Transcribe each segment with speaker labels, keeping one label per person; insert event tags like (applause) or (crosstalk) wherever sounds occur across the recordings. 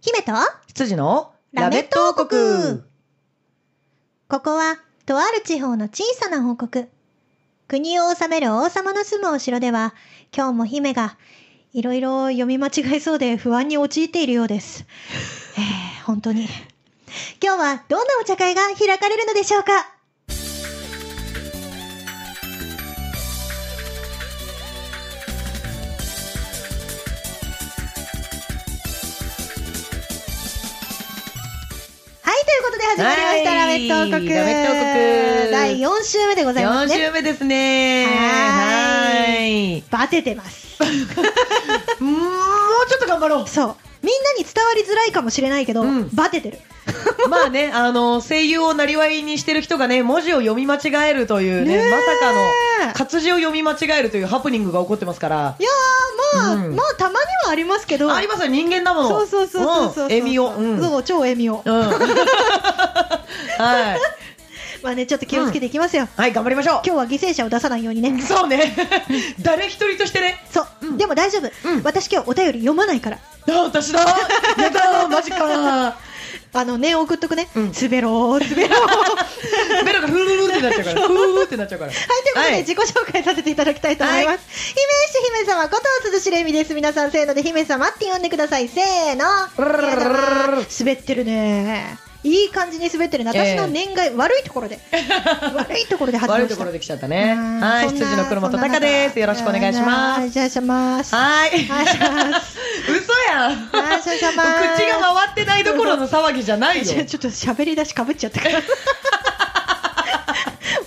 Speaker 1: 姫と
Speaker 2: 羊のラメット王国
Speaker 1: ここはとある地方の小さな王国国を治める王様の住むお城では今日も姫がいろいろ読み間違えそうで不安に陥っているようです、えー本当に今日はどんなお茶会が開かれるのでしょうかはい、ということで始まりました、
Speaker 2: はい
Speaker 1: ラメット王国。
Speaker 2: ラメット王国
Speaker 1: 第4週目でございま
Speaker 2: 4
Speaker 1: すね。
Speaker 2: 週目ですね
Speaker 1: はー
Speaker 2: はい
Speaker 1: バテてます。
Speaker 2: うーんもうちょっと頑張ろ
Speaker 1: そう。みんなに伝わりづらいかもしれないけど、
Speaker 2: うん
Speaker 1: バテてる。 (laughs)
Speaker 2: うまあねあの声優をなりわいにしてる人がね文字を読み間違えるというね
Speaker 1: ねえ
Speaker 2: まさかの活字を読み間違えるというハプニングが起こってますから
Speaker 1: いやー、まあ、
Speaker 2: うん
Speaker 1: まあ、たまにはありますけど。
Speaker 2: ありますよ人間だもの
Speaker 1: そうそうそうそうそう。
Speaker 2: ん笑みをうんうん (laughs)
Speaker 1: そう、超笑みを。
Speaker 2: はい
Speaker 1: まあね、ちょっと気をつけていきますよ。
Speaker 2: はい頑張りましょう
Speaker 1: 今日は犠牲者を出さないようにね。
Speaker 2: そ
Speaker 1: (laughs)
Speaker 2: うね誰一人としてね
Speaker 1: そう。
Speaker 2: うん
Speaker 1: でも大丈夫、
Speaker 2: うん
Speaker 1: 私今日お便り読まないから。
Speaker 2: あ私だやだマジか
Speaker 1: あの、ね、送っとくね。
Speaker 2: うん
Speaker 1: 滑ろう、滑ろう。
Speaker 2: ベロがフルルルってなっちゃうからフルルルってなっちゃうから
Speaker 1: はい、ということで、
Speaker 2: はい
Speaker 1: 自己紹介させていただきたいと思います。
Speaker 2: は
Speaker 1: 姫氏姫様こと鈴しれみです。皆さん、せーので姫様って呼んでください。せーの。滑ってるね。いい感じに滑ってるね。私の年外、悪いところで。悪いところで始め
Speaker 2: 悪い
Speaker 1: ま
Speaker 2: と
Speaker 1: し
Speaker 2: こ
Speaker 1: た
Speaker 2: ろ。で来ちゃったね
Speaker 1: うん
Speaker 2: はい
Speaker 1: そんな
Speaker 2: 羊の黒本隆ですよろしくお願いし
Speaker 1: は
Speaker 2: ま
Speaker 1: い
Speaker 2: す
Speaker 1: じゃあします。は
Speaker 2: はい
Speaker 1: い、じゃあします。
Speaker 2: 嘘やん口 (laughs)
Speaker 1: はい、じゃあしま
Speaker 2: が
Speaker 1: す。
Speaker 2: 回ってないどころの騒ぎじゃないよ
Speaker 1: ちょちょっと喋り出しかぶっちゃったから。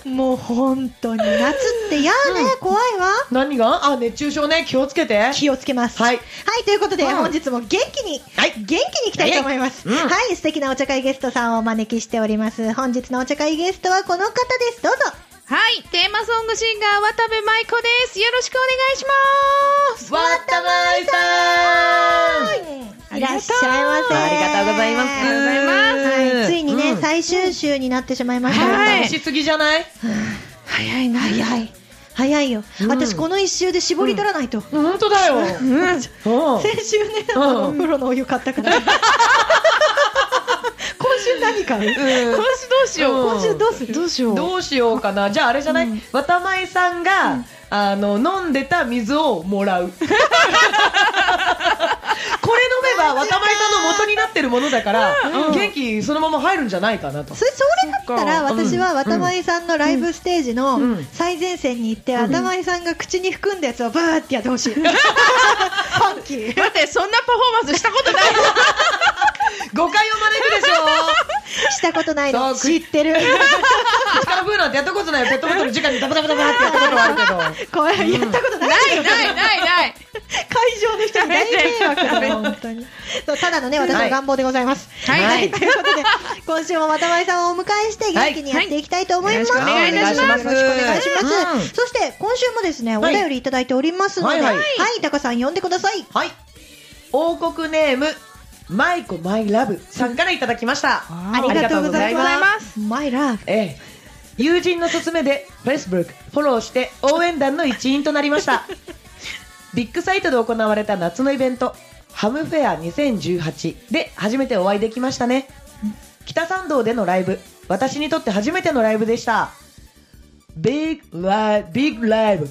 Speaker 1: もう本当に夏ってやーね、怖いわ。
Speaker 2: 何があ熱中症ね気をつけて
Speaker 1: 気をつけます。
Speaker 2: はい
Speaker 1: ということで、
Speaker 2: うん
Speaker 1: 本日も元気に、
Speaker 2: はい
Speaker 1: 元気にいきたいと思います。
Speaker 2: はいうん
Speaker 1: はい、素敵なお茶会ゲストさんをお招きしております。本日のお茶会ゲストはこの方です。どうぞ。
Speaker 3: はい、テーマソングシンガー渡部舞子です。よろしくお願いします。
Speaker 2: わったまいさ
Speaker 3: あ
Speaker 1: い
Speaker 3: り
Speaker 1: ら
Speaker 3: がと
Speaker 1: っ
Speaker 3: う
Speaker 1: しゃいませ。
Speaker 2: ありがとうございます
Speaker 3: ありがとうござい
Speaker 2: ます
Speaker 1: はい、ついにね、
Speaker 2: うん
Speaker 1: 最終週になってしまいました。
Speaker 3: は
Speaker 2: ん
Speaker 3: い
Speaker 2: 楽しすぎじゃない
Speaker 3: 早いな。
Speaker 1: 早い。早いよ。
Speaker 2: うん
Speaker 1: 私、この一周で絞り取らないと。
Speaker 2: 本
Speaker 1: (laughs)
Speaker 2: 当だよ
Speaker 3: うん。
Speaker 2: うん
Speaker 1: 先週ね、あ
Speaker 2: うん
Speaker 1: のお風呂のお湯買った
Speaker 2: (laughs)
Speaker 1: から。今週何買う
Speaker 2: うん
Speaker 3: 今週どうしよう。
Speaker 2: うん
Speaker 1: 今週どうする
Speaker 3: どうしよう。
Speaker 2: どうしようか (laughs) な。じゃああれじゃない、渡前さんが、あの、飲んでた水をも (laughs) らう。これ飲めば渡前さんの元になってるものだから、元気そのまま入るんじゃないかなと。
Speaker 1: それそれだったら
Speaker 2: そっか
Speaker 1: 私は渡前さんのライブステージの
Speaker 2: うん
Speaker 1: 最前線に行って渡前さんが口に含んだやつをバーってやってほしいファンキー
Speaker 3: 待って、そんなパフォーマンスしたことない。
Speaker 2: 誤解を招くでし (laughs)
Speaker 1: したことないの
Speaker 2: そう
Speaker 1: 知ってる
Speaker 2: ょ力ブーなんてやったことないペットボトル直にダバダバダバってやったことはあるけど。
Speaker 1: これやったことない
Speaker 3: ないないないない。
Speaker 1: 会場の人に大迷惑だよ本当にそうただのね私の願望でございます
Speaker 3: はい
Speaker 2: は
Speaker 1: はいいということで今週も渡前さんをお迎えして元気にやっていきたいと思います
Speaker 3: はいはいよろしくお願いいたします
Speaker 1: よろしくお願いしま
Speaker 2: うん
Speaker 1: すそして今週もですねお
Speaker 2: はい
Speaker 1: 便りいただいておりますので
Speaker 2: はい
Speaker 1: は
Speaker 2: はいい
Speaker 1: タカさん呼んでください
Speaker 2: (laughs) はい。王国ネーム、マイコマイラブさんからいただきました。
Speaker 1: ありがとうござい
Speaker 3: ありがとうござい
Speaker 1: ま。
Speaker 3: ます
Speaker 1: マイラブ。
Speaker 2: ええ、友人の勧めで Facebook フォローして応援団の一員となりました
Speaker 1: (laughs)
Speaker 2: ビッグサイトで行われた夏のイベントハムフェア2018で初めてお会いできましたね北参道でのライブ私にとって初めてのライブでしたビッグライブビッグライブ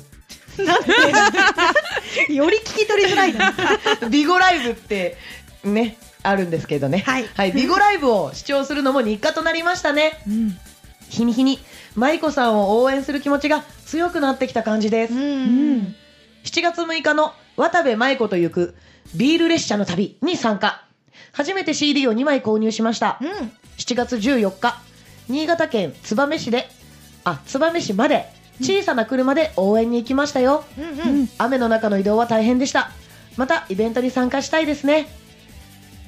Speaker 1: より聞き取りづらいな。
Speaker 2: (laughs) ビゴライブってねあるんですけどね
Speaker 1: はい
Speaker 2: ビゴライブを視聴するのも日課となりましたね日に日に舞子さんを応援する気持ちが強くなってきた感じです
Speaker 1: うん。
Speaker 2: 7月6日の渡部舞子と行くビール列車の旅に参加。初めて CD を2枚購入しました。
Speaker 1: うん。
Speaker 2: 7月14日、新潟県燕市で、あ、燕市まで小さな車で応援に行きましたよ。
Speaker 1: うん。
Speaker 3: う
Speaker 1: うん
Speaker 3: ん。
Speaker 2: 雨の中の移動は大変でした。またイベントに参加したいですね。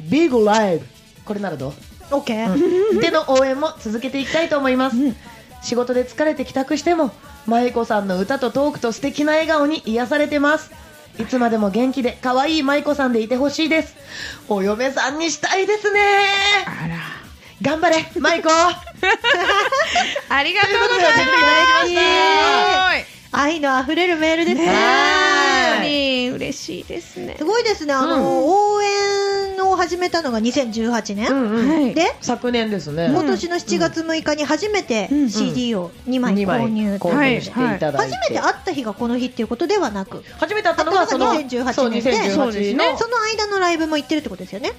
Speaker 2: ビッグライブ。これならどう
Speaker 1: オッケー。
Speaker 2: での応援も続けていきたいと思います、仕事で疲れて帰宅しても舞子さんの歌とトークと素敵な笑顔に癒されてますいつまでも元気で可愛い舞子さんでいてほしいですお嫁さんにしたいですね
Speaker 3: あら。
Speaker 2: 頑張れ舞子
Speaker 3: ありがとうございます。
Speaker 2: ということでお便りいただきました
Speaker 3: すごい
Speaker 1: 愛の溢れるメールですね。
Speaker 2: は
Speaker 3: 本当にしいですね。
Speaker 1: すごいですね。あの、応援を始めたのが2018年。
Speaker 2: うんうん
Speaker 3: はい
Speaker 1: で、
Speaker 2: 昨年ですね
Speaker 1: 今年の7月6日に初めて
Speaker 3: うん
Speaker 1: CD を2枚
Speaker 2: 二
Speaker 1: 購入。
Speaker 2: 購入していただい
Speaker 1: 初
Speaker 2: て
Speaker 1: めて会った日がこの日っていうことではなく、
Speaker 2: 初めて会ったのがその
Speaker 1: 会ったのが
Speaker 2: そ
Speaker 1: 2018
Speaker 2: う
Speaker 1: 年で
Speaker 3: そうで
Speaker 2: 2018
Speaker 3: す
Speaker 2: の
Speaker 3: ね
Speaker 1: その間のライブも行ってるってことですよね。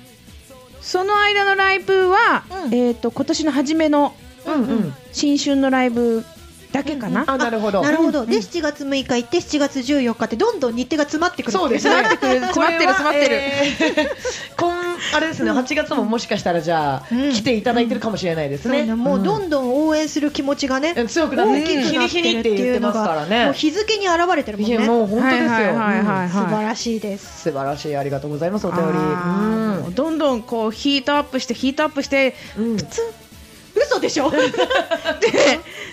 Speaker 3: その間のライブは、
Speaker 1: うん
Speaker 3: えっ、と今年の初めの
Speaker 2: うんうん
Speaker 3: 新春のライブだけかな。
Speaker 2: あなるほど
Speaker 1: なるほど。
Speaker 3: うん
Speaker 1: で、7月6日行って、7月14日ってどんどん日程が詰まってくる。
Speaker 2: そうですね
Speaker 3: 詰まってくる詰まってる詰まってる
Speaker 2: ってるこん (laughs) あれですね8月ももしかしたらじゃあ
Speaker 1: うん
Speaker 2: 来ていただいてるかもしれないです
Speaker 1: そうね
Speaker 2: ね
Speaker 1: もうど
Speaker 2: ん
Speaker 1: んどん応援する気持ちがね、
Speaker 2: うん強くなって
Speaker 1: 大きく
Speaker 2: 日
Speaker 1: な
Speaker 2: に
Speaker 1: っ
Speaker 2: 日に
Speaker 1: て
Speaker 2: っ
Speaker 1: るって
Speaker 2: て言っ
Speaker 1: いう
Speaker 2: て
Speaker 1: の
Speaker 2: ますか
Speaker 1: が
Speaker 2: ら
Speaker 1: もう
Speaker 2: ね
Speaker 1: 日付に表れてるもん
Speaker 2: い
Speaker 1: ね
Speaker 2: やもう本当で
Speaker 3: は
Speaker 2: すよ
Speaker 3: いはいはいはい
Speaker 1: 素晴らしいです
Speaker 2: 素晴らしいありがとうございますお便り
Speaker 3: あーもうどんどんこうヒートアップしてヒートアップして
Speaker 2: うんうん
Speaker 1: 嘘でし
Speaker 2: (laughs)
Speaker 1: ょ
Speaker 3: って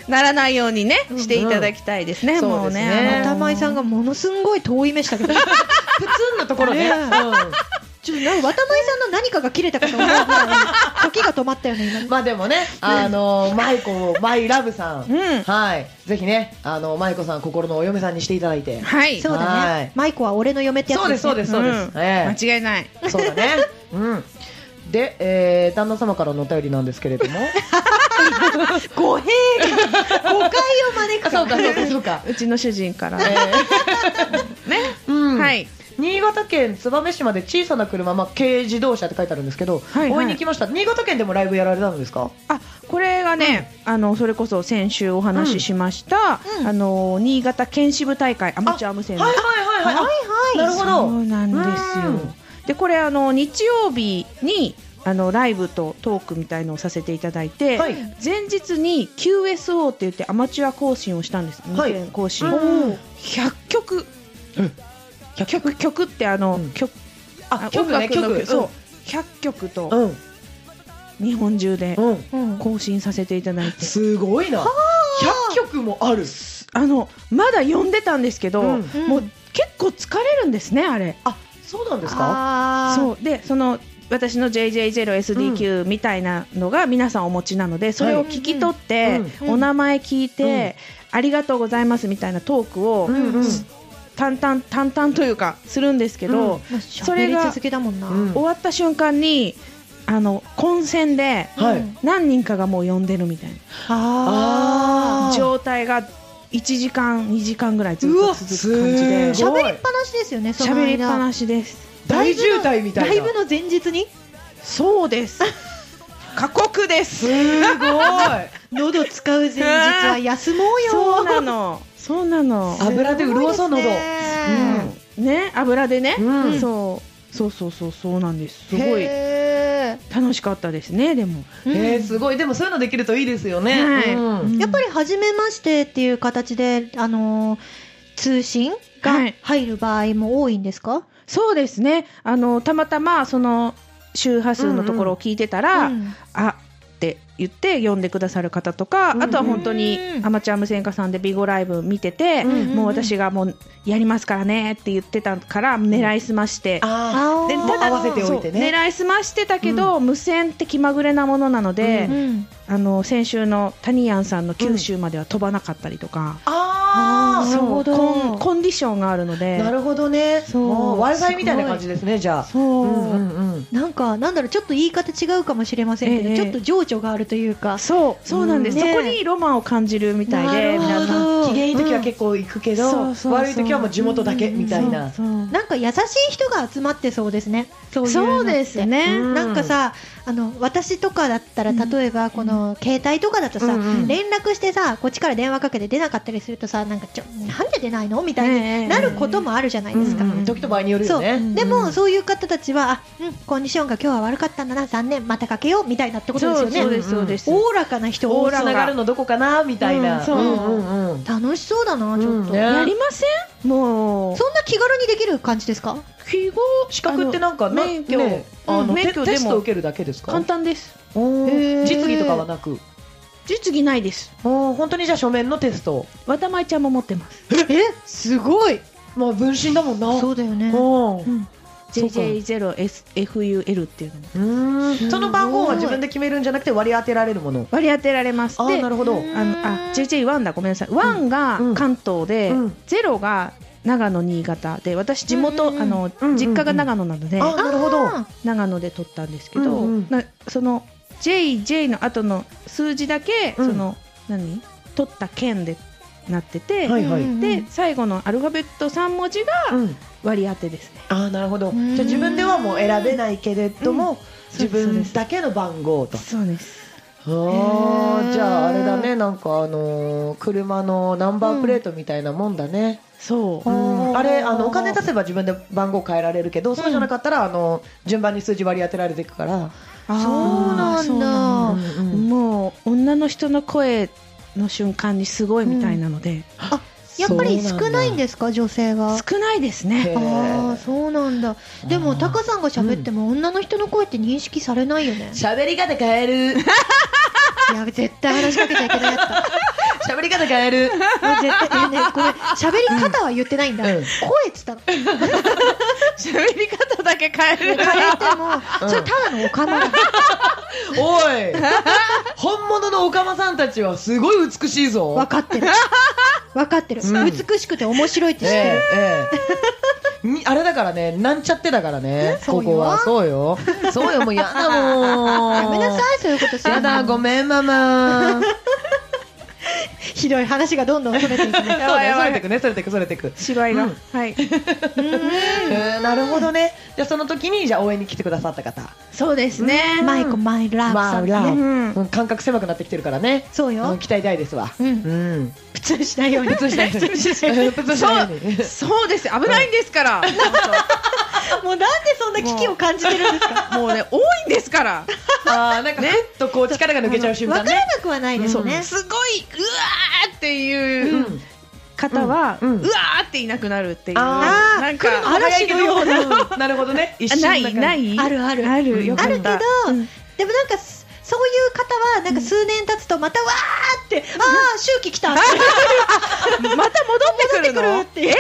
Speaker 3: ならないようにねしていただきたいですね、
Speaker 2: うんうん
Speaker 3: もうね
Speaker 2: そうですね
Speaker 3: あの
Speaker 1: 玉井さんがものすんごい遠い目したけ
Speaker 2: (laughs)
Speaker 1: ど
Speaker 2: プツンのところね
Speaker 1: ね
Speaker 2: うん
Speaker 1: ちょっとなんか渡辺さんの何かが切れたかと思うぐらい時が止まったよね今
Speaker 2: (laughs)
Speaker 1: ね
Speaker 2: まあでもね、あのマイコ、マイラブさん、
Speaker 3: うん
Speaker 2: はい、ぜひね、あのマイコさん心のお嫁さんにしていただいて、
Speaker 3: はい
Speaker 1: そうだ
Speaker 2: は
Speaker 1: ね
Speaker 2: い
Speaker 1: マイコは俺の嫁ってやつ
Speaker 2: そうですそうですそうです、
Speaker 3: うん
Speaker 2: え
Speaker 3: 間違いない
Speaker 2: えそうだね、うん。で、えー、旦那様からのお便りなんですけれど (laughs) も、
Speaker 1: す語弊が誤解を招く
Speaker 2: あそうかそうかそうか、
Speaker 3: うちの主人から
Speaker 2: え
Speaker 3: ね、
Speaker 2: うん
Speaker 3: はい
Speaker 2: 新潟県燕市まで小さな車、まあ、軽自動車って書いてあるんですけど、
Speaker 3: はいはい
Speaker 2: 応援に来ました新潟県でもライブやられたんですか
Speaker 3: あこれがね、あのそれこそ先週お話ししました、
Speaker 1: うん
Speaker 3: あの新潟県支部大会アマチュア無線の
Speaker 2: はいはいはいはい、
Speaker 1: はい
Speaker 2: な
Speaker 1: は
Speaker 2: る
Speaker 1: い
Speaker 2: ほ
Speaker 3: そ
Speaker 2: ど
Speaker 3: うなんですよ
Speaker 2: うん
Speaker 3: でこれあの日曜日にあのライブとトークみたいのをさせていただいて、
Speaker 2: はい
Speaker 3: 前日に QSO って言ってアマチュア更新をしたんです、
Speaker 2: はい
Speaker 3: 無線更新、
Speaker 2: うん
Speaker 3: 100曲
Speaker 2: うん
Speaker 3: 100曲曲ってあの、
Speaker 2: うん
Speaker 3: 曲
Speaker 2: あ曲ね
Speaker 3: 音楽の
Speaker 2: 曲
Speaker 3: そう100曲と
Speaker 2: うん
Speaker 3: 日本中で
Speaker 2: うん
Speaker 1: うん
Speaker 3: 更新させていただいて、
Speaker 2: すごいな。100曲もある。
Speaker 3: あのまだ読んでたんですけど、
Speaker 2: うん
Speaker 1: うん
Speaker 3: もう結構疲れるんですねあれ
Speaker 2: あ、そうなんです
Speaker 1: あー
Speaker 2: か。
Speaker 3: そうでその私の JJ0SDQ みたいなのが皆さんお持ちなので、それを聞き取って、
Speaker 1: うん
Speaker 3: お名前聞いて、ありがとうございますみたいなトークを
Speaker 2: うんうん
Speaker 3: 淡々淡々というかするんですけど、
Speaker 2: うん
Speaker 1: まあ
Speaker 3: そ
Speaker 1: 喋
Speaker 3: れ
Speaker 1: り
Speaker 3: が
Speaker 1: 続けだもんな
Speaker 2: うん
Speaker 3: 終わった瞬間にあの混戦で
Speaker 2: はい
Speaker 1: うん
Speaker 3: 何人かがもう呼んでるみたい
Speaker 1: あ
Speaker 2: あ
Speaker 3: な
Speaker 2: ー
Speaker 3: 状態が1時間2時間ぐらいずっと続く感じで
Speaker 2: ー
Speaker 1: 喋りっぱなしですよねその間
Speaker 3: 喋りっぱなしです
Speaker 2: 大渋滞みた
Speaker 1: ライ
Speaker 2: いな
Speaker 1: ブ。の前日に
Speaker 3: そうです
Speaker 2: (laughs)
Speaker 3: 過酷です
Speaker 2: すごい。
Speaker 1: 喉使う前日は休もうよ
Speaker 3: そうなのそうなの
Speaker 2: 油で潤そう喉。
Speaker 1: す
Speaker 3: うんね油でね、
Speaker 2: うん
Speaker 3: そうそうそうそうそうなんですす
Speaker 1: ご
Speaker 3: ご
Speaker 1: い
Speaker 3: い
Speaker 1: ね
Speaker 3: 楽しかったですねでも
Speaker 1: へー
Speaker 2: え
Speaker 1: う
Speaker 2: ー、
Speaker 1: ん
Speaker 2: すごい。でもそういうのできるといいですよね。
Speaker 3: はい
Speaker 2: うん
Speaker 1: やっぱり初めましてっていう形であのー通信が入る場合も多いんですか
Speaker 3: そうですねあのたまたまその周波数のところを聞いてたら、
Speaker 1: うん
Speaker 3: あって言って呼んでくださる方とか、
Speaker 2: うん
Speaker 3: あとは本当にアマチュア無線家さんでビゴライブ見てて、
Speaker 2: うん
Speaker 3: もう私がもうやりますからねって言ってたから狙いすまして、
Speaker 1: あ
Speaker 2: あ
Speaker 1: ー
Speaker 3: で
Speaker 2: ただ合わせておいてね
Speaker 3: そう狙いすましてたけど、無線って気まぐれなものなので、
Speaker 1: うん
Speaker 3: あの先週のタニヤンさんの九州までは飛ばなかったりとか、
Speaker 2: あ。あ
Speaker 1: うん
Speaker 2: あ
Speaker 1: なる
Speaker 3: そ
Speaker 1: ほ
Speaker 3: う
Speaker 1: ど
Speaker 3: コンコンディションがあるの
Speaker 2: ー。
Speaker 3: で
Speaker 2: なるほどね。
Speaker 3: そう
Speaker 2: もう Wi-Fi みたいな感じですね。じゃあ。
Speaker 3: そう、
Speaker 2: うんうんうん。
Speaker 1: なんかなんだろうちょっと言い方違うかもしれませんけ
Speaker 3: え
Speaker 1: ど
Speaker 3: え
Speaker 1: ちょっと情緒があるというか
Speaker 3: そうそうなんです、
Speaker 1: うんね
Speaker 3: そこにロマンを感じるみたいで
Speaker 1: なる
Speaker 3: 皆
Speaker 1: ほ
Speaker 3: さん
Speaker 1: ど
Speaker 2: 機嫌いい時は結構行くけど、
Speaker 3: そうそうそう
Speaker 2: 悪い時はもう地元だけみたいな。
Speaker 3: そうそう
Speaker 1: なんか優しい人が集まってそうですねそういうの
Speaker 3: そ
Speaker 1: って
Speaker 3: うですね、
Speaker 2: うん
Speaker 1: なんかさあの私とかだったら
Speaker 3: うん
Speaker 1: 例えばこの携帯とかだとさ、
Speaker 2: うんうん
Speaker 1: 連絡してさこっちから電話かけて出なかったりするとさなんかちょなんで出ないのみたい
Speaker 3: ええ
Speaker 1: になることもあるじゃないですか。
Speaker 2: うんうん時と場合による
Speaker 1: そ
Speaker 2: よ
Speaker 1: う
Speaker 2: ね。
Speaker 1: でも、そういう方たちは、あうん、コンディションが今日は悪かったんだな、残念、またかけようみたいなってことです
Speaker 3: そ
Speaker 1: よ
Speaker 3: う
Speaker 1: ね。
Speaker 3: ですそうです、
Speaker 1: おおらかな人
Speaker 2: オ
Speaker 1: 多
Speaker 2: ー
Speaker 1: い、
Speaker 2: ラつながるのどこかなみたいな、
Speaker 3: うんそうん
Speaker 2: うん
Speaker 1: 楽しそうだな、ちょっと。
Speaker 2: うんね
Speaker 3: やりませんもう
Speaker 1: そんな気軽にできる感じですか。
Speaker 3: 記号
Speaker 2: 資格ってなんかな
Speaker 3: 免許、
Speaker 2: ねあの
Speaker 3: うん
Speaker 2: テ
Speaker 3: 免許
Speaker 2: テ
Speaker 3: で
Speaker 2: ストを
Speaker 3: も
Speaker 2: 受けるだけですか
Speaker 3: 簡単です
Speaker 2: お
Speaker 1: へ
Speaker 2: ー
Speaker 1: ー
Speaker 2: 実技とかはなく
Speaker 3: 実技ないです
Speaker 2: おー本当にじゃあ書面のテスト
Speaker 3: わたまいちゃんも持ってます
Speaker 1: え、すごい。
Speaker 2: まあ分身だもんな
Speaker 1: そうだよね。
Speaker 2: おーそうか
Speaker 3: JJ0SFUL っていうのも
Speaker 2: うーんその番号は自分で決めるんじゃなくて割り当てられるもの
Speaker 3: 割り当てられます
Speaker 2: ああ
Speaker 3: で
Speaker 2: なるほど
Speaker 1: うん
Speaker 3: あのあ JJ1 だごめんなさい1が
Speaker 2: うん
Speaker 3: 関東で、
Speaker 2: うん
Speaker 3: 0が長野新潟で私地元、
Speaker 1: うんうんうん
Speaker 3: あの
Speaker 2: うんうん
Speaker 3: 実家が長野なので、
Speaker 2: あなるほど
Speaker 1: あ
Speaker 3: 長野で撮ったんですけど、
Speaker 2: うんうん
Speaker 3: なその JJ の後の数字だけ、
Speaker 2: うん
Speaker 3: その何取った県でなってて、
Speaker 2: は
Speaker 1: ー
Speaker 2: いはい
Speaker 1: うんうんう
Speaker 3: で
Speaker 1: ん
Speaker 3: 最後のアルファベット3文字が
Speaker 2: うん
Speaker 3: 割り当てですね。
Speaker 2: あーなるほど
Speaker 1: う
Speaker 2: じ
Speaker 1: ん
Speaker 2: ゃあ自分ではもう選べないけれども、
Speaker 3: そう
Speaker 2: 自
Speaker 3: ですそうで
Speaker 2: 分
Speaker 3: す
Speaker 2: だけの番号と
Speaker 3: そうです。
Speaker 2: あ
Speaker 1: へー
Speaker 2: ーじゃああれだねなんかあのー車のナンバープレートみたいなもんだね、
Speaker 3: そうう。
Speaker 1: ん
Speaker 2: あれあのお金出せば自分で番号変えられるけどそうじゃなかったら、あの順番に数字割り当てられていくから、
Speaker 3: あー
Speaker 1: そうなんだ
Speaker 2: うんうん
Speaker 3: もう女の人の声の瞬間にすごいみたいなので、
Speaker 1: やっぱり少ないん
Speaker 2: で
Speaker 1: ですか女性が
Speaker 3: 少ないですね。
Speaker 1: ああそうなんだでもタカさんが喋っても女の人の声って認識されないよね
Speaker 2: 喋り方変える
Speaker 1: いや絶対話しかけちゃいけないやつだ
Speaker 2: 喋り方変
Speaker 1: (laughs)
Speaker 2: える
Speaker 1: もう絶対ねこれ喋り方は言ってないんだ
Speaker 2: うん
Speaker 1: 声
Speaker 2: うん
Speaker 1: っつったの
Speaker 3: 喋り方だけ変
Speaker 1: 変え
Speaker 3: え
Speaker 1: て
Speaker 3: る。
Speaker 1: もそれただのおかまだ
Speaker 2: おい (laughs) 本物のオカマさんたちはすごい美しいぞ
Speaker 1: 分かってる分かってる
Speaker 2: うん
Speaker 1: 美しくて面白いって知って
Speaker 2: え
Speaker 1: る
Speaker 2: えええにあれだからねなんちゃってだからね
Speaker 1: そうよ
Speaker 2: ここはそうよそうよもうやだもん
Speaker 1: やめなさいそういうことする
Speaker 2: やだごめんママ
Speaker 1: (laughs) ひどい話がどんどんそれていくね
Speaker 2: そうねそれてくねそれてくそれてく
Speaker 3: 芝居が、
Speaker 2: うん
Speaker 3: はい。
Speaker 2: えーなるほどねじゃあその時にじゃあ応援に来てくださった方
Speaker 3: そうですね。
Speaker 1: マイコマイラブさん
Speaker 2: マイラ
Speaker 1: ね
Speaker 2: ブ
Speaker 3: うん
Speaker 2: うん感覚狭くなってきてるからね
Speaker 1: そう
Speaker 2: う
Speaker 1: よ
Speaker 2: ん期待大ですわ
Speaker 1: うん
Speaker 2: うん
Speaker 1: 普通しないように
Speaker 2: 普通 (laughs) しない普通しない普通しないように
Speaker 3: そうです危ないんですから、
Speaker 1: もうなんでそんな危機を感じてるんですか
Speaker 3: もうね多いんですから、
Speaker 2: (laughs) あーなんかふっとこう力が抜けちゃう瞬間
Speaker 1: 分から
Speaker 2: ね
Speaker 1: なくはないです
Speaker 3: そう (laughs)
Speaker 1: ね
Speaker 3: すごいうわーって
Speaker 2: う
Speaker 3: いうん方は、
Speaker 2: う
Speaker 3: うん
Speaker 2: うん
Speaker 3: わーっていなくなるっていう
Speaker 2: あ
Speaker 1: ー
Speaker 3: なんか
Speaker 1: 嵐のような
Speaker 2: ななるほどね一
Speaker 3: あ
Speaker 2: 瞬
Speaker 3: な
Speaker 2: だ
Speaker 3: い
Speaker 2: から
Speaker 3: ない
Speaker 1: あるある
Speaker 3: あるよか
Speaker 1: あ
Speaker 3: った
Speaker 1: るけど、
Speaker 3: うん
Speaker 1: でもなんかすそういう方はなんか数年経つとまたわーって、ああ周期来たって
Speaker 3: また戻ってく
Speaker 1: 戻って
Speaker 3: る
Speaker 1: く
Speaker 3: の
Speaker 1: るっていう、で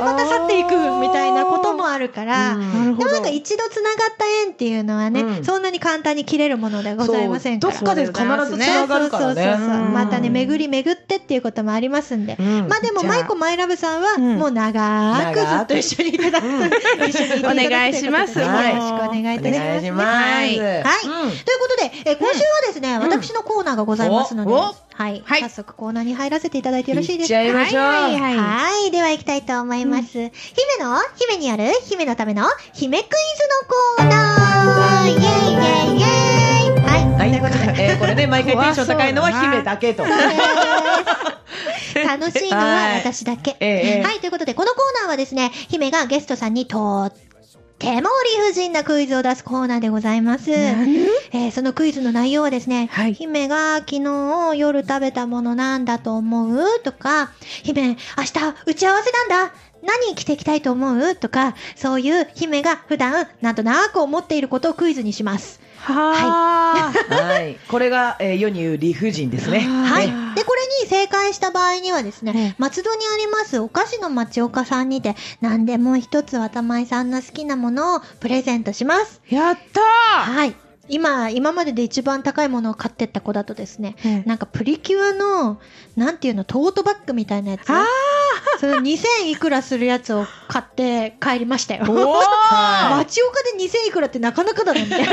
Speaker 1: また去っていくみたいなこともあるから、
Speaker 2: うん
Speaker 3: なるほ
Speaker 1: で
Speaker 3: ど
Speaker 1: もなんか一度つながった縁っていうのはね、
Speaker 2: うん
Speaker 1: そんなに簡単に切れるものではございませんから
Speaker 2: そうどっかで必ずつながるからね
Speaker 1: そうそうそうそう
Speaker 3: うん
Speaker 1: またね巡り巡ってっていうこともありますんで、
Speaker 2: うん
Speaker 1: まあでも
Speaker 3: じゃあ
Speaker 1: マイコマイラブさんは
Speaker 3: うん
Speaker 1: もう長くずっと一緒にいただく、
Speaker 2: うん
Speaker 1: 一緒にいていただくとうことで
Speaker 3: お願いします
Speaker 1: よろしくお願いい
Speaker 2: お
Speaker 1: たしま
Speaker 2: 願い
Speaker 1: す
Speaker 2: します。
Speaker 3: はい
Speaker 1: はいということで、えー今週はですね、
Speaker 2: ん
Speaker 1: 私のコーナーがございますので、
Speaker 2: おお
Speaker 1: はい、
Speaker 3: はい
Speaker 1: 早速コーナーに入らせていただいて
Speaker 2: うん
Speaker 1: よろしい
Speaker 2: 行
Speaker 1: で
Speaker 2: っ
Speaker 1: す
Speaker 2: ち
Speaker 1: か
Speaker 2: ゃいましょう。
Speaker 3: はいはい
Speaker 1: はい、では行きたいと思います。姫の、姫にある、姫のための、姫クイズのコーナーイェイイェイイェイ
Speaker 2: (laughs)
Speaker 1: はい、
Speaker 2: はい、えーこれね、毎回テンション高いのは姫だけと。
Speaker 1: です楽しいのは私だけ。
Speaker 2: ええええ
Speaker 1: はい、ということで、このコーナーはですね、姫がゲストさんにとっても理不尽なクイズを出すコーナーでございます。えーそのクイズの内容はですね、
Speaker 3: はい
Speaker 1: 姫が昨日夜食べたものなんだと思うとか、姫、明日打ち合わせなんだ何着ていきたいと思うとか、そういう姫が普段なんとなく思っていることをクイズにします。
Speaker 3: はー
Speaker 2: はい。これが、えー世に言う理不尽ですね。
Speaker 1: はい。
Speaker 2: ね
Speaker 1: で、これに正解した場合にはですね、松戸にありますお菓子の町岡さんにて、何でも一つ渡前さんの好きなものをプレゼントします。
Speaker 3: やった
Speaker 1: はい。今、今までで一番高いものを買ってった子だとですね、
Speaker 3: ー
Speaker 1: なんかプリキュアの、なんていうの、トートバッグみたいなやつ
Speaker 3: あ
Speaker 1: その2000いくらするやつを買って帰りましたよ。
Speaker 3: おー
Speaker 1: 町岡で2000いくらってなかなかだなみたいな。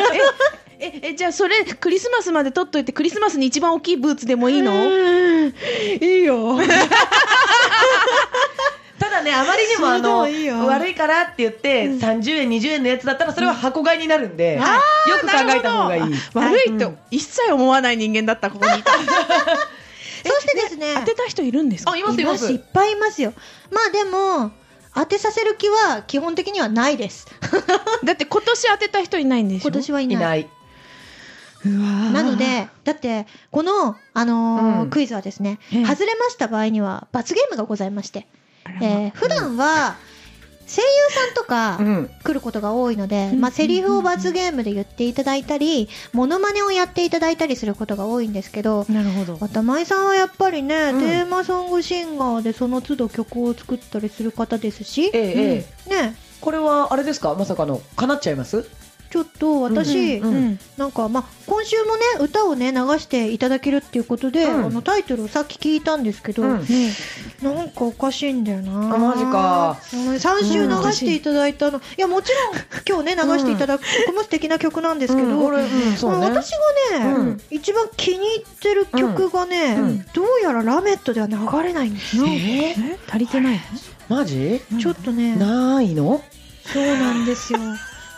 Speaker 3: ええじゃあそれクリスマスまで取っといてクリスマスに一番大きいブーツでもいいの
Speaker 1: いい
Speaker 3: (laughs)
Speaker 1: よ。
Speaker 2: ただね、あまりにもあ
Speaker 1: そ
Speaker 2: の、
Speaker 1: れでもいいよ
Speaker 2: 悪いからって言って、30円、20円のやつだったら、それは箱買いになるんで、よく考えた方がいい。
Speaker 3: 悪いと一切思わない人間だったここ (laughs) にいた
Speaker 1: そしてですね、
Speaker 3: 当てた人いるんですか
Speaker 2: あ、いますい
Speaker 1: い
Speaker 2: ま
Speaker 1: ますいっ
Speaker 2: す。
Speaker 1: ぱいいますよ。まあでも、当てさせる気は基本的にはないです。
Speaker 3: だって今年当てた人いないんでしょ
Speaker 1: 今年はい
Speaker 2: い
Speaker 1: ない。
Speaker 2: ない。
Speaker 1: なので、だって、この、あのー
Speaker 2: うん
Speaker 1: クイズはですね、
Speaker 3: ええ
Speaker 1: 外れました場合には罰ゲームがございまして、
Speaker 3: あらま
Speaker 1: えー普段は声優さんとか
Speaker 2: うん。
Speaker 1: 来ることが多いので、
Speaker 3: うん
Speaker 1: まあ、セリフを罰ゲームで言っていただいたり、モノマネをやっていただいたりすることが多いんですけど、
Speaker 3: なるほど
Speaker 1: 渡前さんはやっぱりね、
Speaker 2: うん
Speaker 1: テーマソングシンガーでその都度曲を作ったりする方ですし、
Speaker 2: ええええ
Speaker 1: ね、
Speaker 2: これは、あれですかまさかの、叶っちゃいます
Speaker 1: ちょっと私、
Speaker 2: うん
Speaker 3: うん
Speaker 1: なんかまあ今週もね歌をね流していただけるっていうことで、
Speaker 2: うん
Speaker 1: あのタイトルをさっき聞いたんですけど、
Speaker 2: うん
Speaker 1: なんかおかしいんだよな
Speaker 2: あマジか
Speaker 1: うん三週
Speaker 3: う
Speaker 1: 流
Speaker 3: んおかし
Speaker 1: し
Speaker 3: い
Speaker 1: ていただいたの、いやもちろん今日ね流していただく曲も素敵な曲なんですけど、
Speaker 2: うん俺うんそうね
Speaker 1: うん私がね、
Speaker 2: うん
Speaker 1: 一番気に入ってる曲がね、
Speaker 2: うん
Speaker 1: どうやら「ラメット!」では流れないんですよ、
Speaker 2: えー
Speaker 3: え足りてない
Speaker 2: マジ
Speaker 3: の
Speaker 1: ちょっとね
Speaker 2: ないの
Speaker 1: そうなんです
Speaker 2: (laughs)
Speaker 1: よ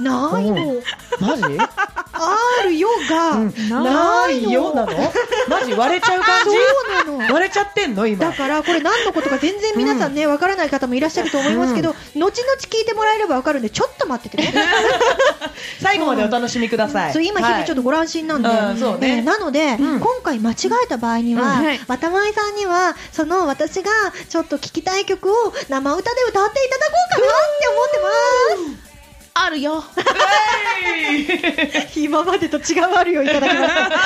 Speaker 1: ないの (laughs)
Speaker 2: マジ (laughs)
Speaker 1: R よが、
Speaker 2: うんないよなのマジ割れちゃう感
Speaker 1: そ
Speaker 2: じ
Speaker 1: う
Speaker 2: (laughs)
Speaker 1: なの
Speaker 2: 割れちゃってんの
Speaker 1: だ
Speaker 2: 今
Speaker 1: からこれ何のことか全然皆さんねわからない方もいらっしゃると思いますけど、後々聞いてもらえればわかるんでちょっと待っててね
Speaker 2: 最後までお楽しみください
Speaker 1: そう今日々ちょっ
Speaker 2: と
Speaker 1: とご乱心なんで、
Speaker 2: うんそうね
Speaker 1: えーなので、
Speaker 2: うん
Speaker 1: 今回間違えた場合には、
Speaker 3: うんはい
Speaker 1: 渡前さんにはその私がちょっと聞きたい曲を生歌で歌っていただこうかなって思ってま
Speaker 3: あるよ
Speaker 1: す、今までと違うあるよいただき (laughs) ましたなんか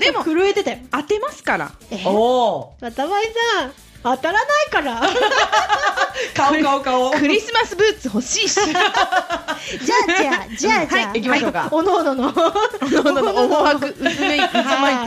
Speaker 1: ちょっと震えてたよ、
Speaker 3: (laughs) 当てますから
Speaker 1: えー
Speaker 2: おお
Speaker 1: 渡前さん当たらないから
Speaker 2: 顔顔顔
Speaker 3: (laughs) クリスマスブーツ欲しい (laughs) し
Speaker 1: じゃあじゃあじゃあじゃあ、
Speaker 2: はい行きましょうか
Speaker 1: おのおのの
Speaker 3: 思惑薄め渦巻いてる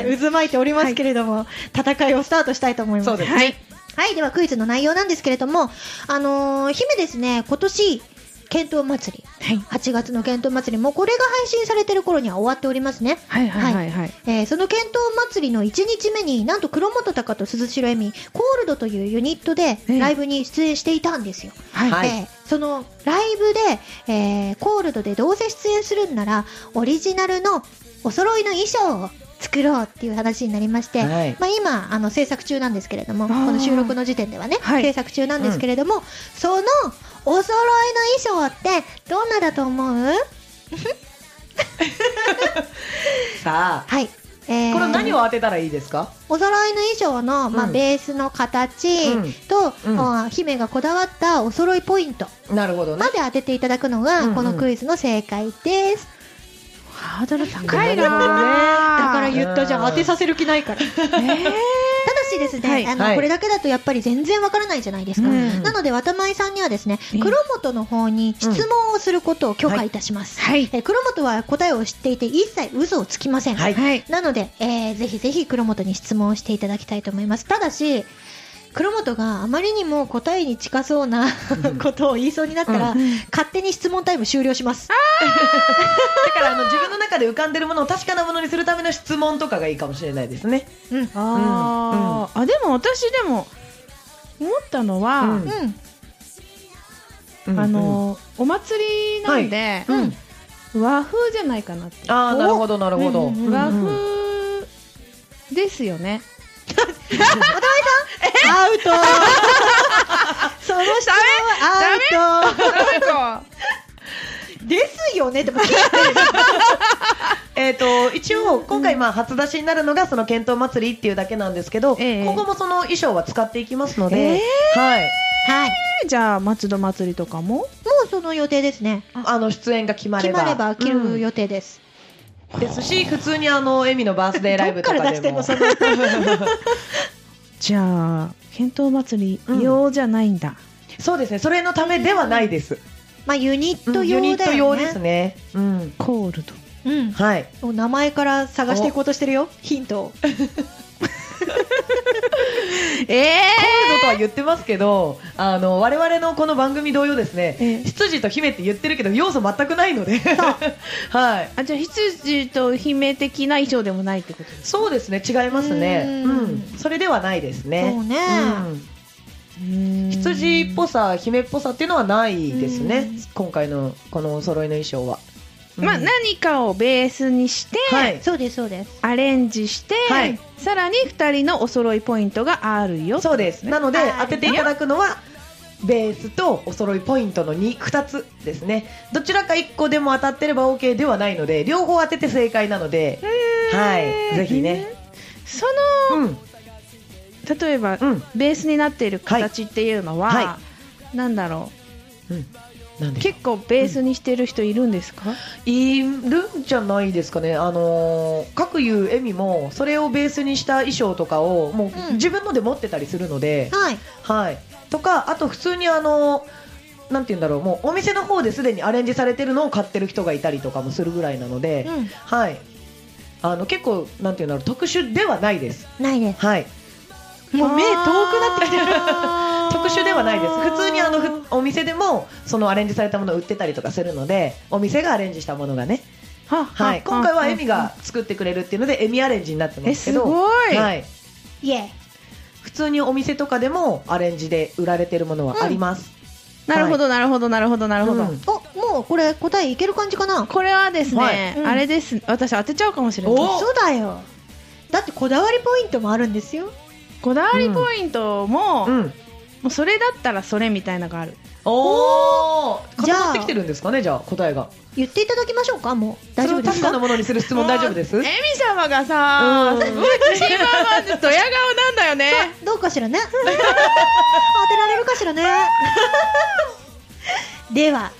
Speaker 1: はい渦巻いておりますけれども、戦いをスタートしたいと思います
Speaker 2: そうです
Speaker 3: はい
Speaker 1: はい、ではクイズの内容なんですけれども、あのー姫ですね、今年、検討祭り、
Speaker 3: はい
Speaker 1: 8月の検討祭り、もうこれが配信されてる頃には終わっておりますね。
Speaker 3: はいはいはいはい
Speaker 1: えーその検討祭りの1日目になんと黒本隆と鈴代恵美コールドというユニットで
Speaker 3: ええ
Speaker 1: ライブに出演していたんですよ。
Speaker 3: はい
Speaker 2: はい
Speaker 1: えーそのライブで、えーコールドでどうせ出演するんならオリジナルのお揃いの衣装を作ろうっていう話になりまして、
Speaker 2: はい
Speaker 1: まあ、今あの制作中なんですけれども
Speaker 3: あ
Speaker 1: こ
Speaker 3: ー
Speaker 1: の収録の時点ではね、
Speaker 3: はい
Speaker 1: 制作中なんですけれども、そのお揃いの衣装ってどんなだと思う
Speaker 2: さあ
Speaker 1: はい、えー
Speaker 2: これ何を当てたらいいですか
Speaker 1: お揃いの衣装の、まあ
Speaker 2: うん
Speaker 1: ベースの形
Speaker 2: うん
Speaker 1: と、
Speaker 2: うん
Speaker 1: あ姫がこだわったお揃いポイント
Speaker 2: なるほどね
Speaker 1: まで当てていただくの
Speaker 2: うんう
Speaker 1: が
Speaker 2: ん
Speaker 1: このクイズの正解です。
Speaker 3: ハードル高
Speaker 1: 高い
Speaker 3: いな
Speaker 1: なだから
Speaker 3: ね
Speaker 1: 言ったじゃ
Speaker 2: うん
Speaker 1: ん当てさせる気ない
Speaker 3: (laughs)
Speaker 1: からただしですね、
Speaker 3: はい
Speaker 1: あの
Speaker 2: はい
Speaker 1: これだけだとやっぱり全然わからないじゃないですか、
Speaker 3: うん
Speaker 1: なので渡前さんにはですね
Speaker 3: うん
Speaker 1: 黒本の方に質問をすることを許可いたします、
Speaker 3: はい
Speaker 1: えー黒本は答えを知っていて一切嘘をつきません、
Speaker 2: はい
Speaker 3: はい
Speaker 1: なので、えーぜひぜひ黒本に質問をしていただきたいと思いますただし黒本があまりにも答えに近そうな (laughs) ことを言いそうになったら、
Speaker 3: うん
Speaker 1: 勝手に質問タイム終了します
Speaker 2: だからあの自分の中で浮かんでるものを確かなものにするための質問とかがいいかもしれないですね。
Speaker 1: うん
Speaker 3: あーあでも私でも思ったのは
Speaker 2: うん
Speaker 1: うん
Speaker 3: あのお祭りなんで
Speaker 2: うん、
Speaker 1: うん
Speaker 3: 和風じゃないかなって
Speaker 2: ああなるほどなるほど。
Speaker 1: うんうんうん
Speaker 3: 和風ですよね
Speaker 1: ア
Speaker 2: (laughs)
Speaker 1: ウトその質問はア
Speaker 3: な
Speaker 1: ウ
Speaker 3: んか
Speaker 1: トですよねってもう (laughs) 聞い
Speaker 2: えっ、と一応今回まあ初出しになるのがその検討祭りっていうだけなんですけど、
Speaker 3: ええ
Speaker 2: 今後もその衣装は使っていきますの
Speaker 3: え
Speaker 2: で、はい。
Speaker 1: はい。
Speaker 3: じゃあ松戸祭りとかも
Speaker 1: もうその予定ですね。
Speaker 2: あの出演が決ま
Speaker 1: 決
Speaker 2: れば
Speaker 1: まれば着る予定です。
Speaker 2: うんですし普通にあのエミのバースデーライブとかでも。
Speaker 1: どっから出してんのその
Speaker 3: じゃあ検討祭り用じゃないんだ、
Speaker 2: (laughs) そうですね。それのためではないです。
Speaker 1: まあユニッ
Speaker 2: う
Speaker 1: ト
Speaker 2: んユニ
Speaker 1: 用
Speaker 2: ッ
Speaker 1: だ
Speaker 2: ト
Speaker 1: よ
Speaker 2: 用で
Speaker 1: ね
Speaker 2: す。ね。うん。
Speaker 3: コールド
Speaker 1: うん。
Speaker 2: はい。
Speaker 1: お名前から探していこうとしてるよ。ヒントを。
Speaker 3: ええ
Speaker 2: コールドとは言ってますけど、あの我々のこの番組同様ですね、
Speaker 3: ええ
Speaker 2: 羊と姫って言ってるけど要素全くないので、はい、
Speaker 3: あじゃあ羊と姫的な衣装でもないってこと
Speaker 2: そうですね違いますね、
Speaker 1: う
Speaker 2: うんん、それではないですね。
Speaker 1: そうね
Speaker 2: うん羊っぽさ姫っぽさっていうのはないですね
Speaker 1: うん
Speaker 2: 今回のこのお揃いの衣装は、うん
Speaker 3: まあ何かをベースにして、
Speaker 2: はい
Speaker 1: そうですそうです。
Speaker 3: アレンジして、
Speaker 2: はい
Speaker 3: さらに2人のお揃いポイントがあるよ
Speaker 2: そうですなので
Speaker 1: はい
Speaker 2: 当てていただくのはベースとお揃いポイントの 2, 2つですねどちらか1個でも当たってれば OK ではないので両方当てて正解なので、はいぜひね
Speaker 3: そ
Speaker 2: うん
Speaker 3: の例えば、
Speaker 2: うん
Speaker 3: ベースになっている形っていうのは、
Speaker 2: はい
Speaker 3: はなんだろ
Speaker 2: うんなん
Speaker 3: う
Speaker 2: で
Speaker 3: 結構ベースにしてる人いるんですか、
Speaker 2: いるんじゃないですかねあのー各言うエミもそれをベースにした衣装とかをも
Speaker 1: う
Speaker 2: うん自分ので持ってたりするので、
Speaker 1: はい。
Speaker 2: はいとかあと普通にあのーなんて言うんだろうもうお店の方ですでにアレンジされてるのを買ってる人がいたりとかもするぐらいなので、
Speaker 1: うん、
Speaker 2: はいあの結構なんて言うんだろう特殊ではないです
Speaker 1: ないです。
Speaker 2: はいもう目遠くなってきてる (laughs) 特殊ではないです普通にあのふお店でもそのアレンジされたものを売ってたりとかするのでお店がアレンジしたものがね、
Speaker 3: は
Speaker 2: はい、今回はエミ
Speaker 3: は
Speaker 2: が作ってくれるっていうのでエミアレンジになってま
Speaker 3: え
Speaker 2: すけ
Speaker 3: す
Speaker 2: ど
Speaker 3: ごい、
Speaker 2: はい、
Speaker 1: イエ
Speaker 2: 普通にお店とかでもアレンジで売られてるものはあります、
Speaker 3: なるほどなるほどなるほどなるほど、
Speaker 2: うん
Speaker 1: ーイ。お、もうこれ答えいける感じかな。
Speaker 3: これはですね、
Speaker 2: はい
Speaker 1: うん
Speaker 3: あれです私当てちゃうかもしれない
Speaker 2: お
Speaker 1: そうだよ。だってこだわりポイントもあるんですよ。
Speaker 3: こだわりポイントも,、も
Speaker 2: うん
Speaker 3: うそれだったらそれみたいなのがある
Speaker 2: おお
Speaker 1: じゃあ
Speaker 2: 固まってきてるんですかねじゃあ答えが
Speaker 1: 言っていただきましょうか。もう大丈夫です
Speaker 2: それを確かな
Speaker 1: か。
Speaker 2: ものにする質問大丈夫です
Speaker 3: もうエミ様がさ
Speaker 2: うん
Speaker 3: すごい自信満々でドヤ顔なんだよね
Speaker 1: どうかしら
Speaker 2: (laughs)
Speaker 1: ね。当てられるかしらね。 (laughs) では。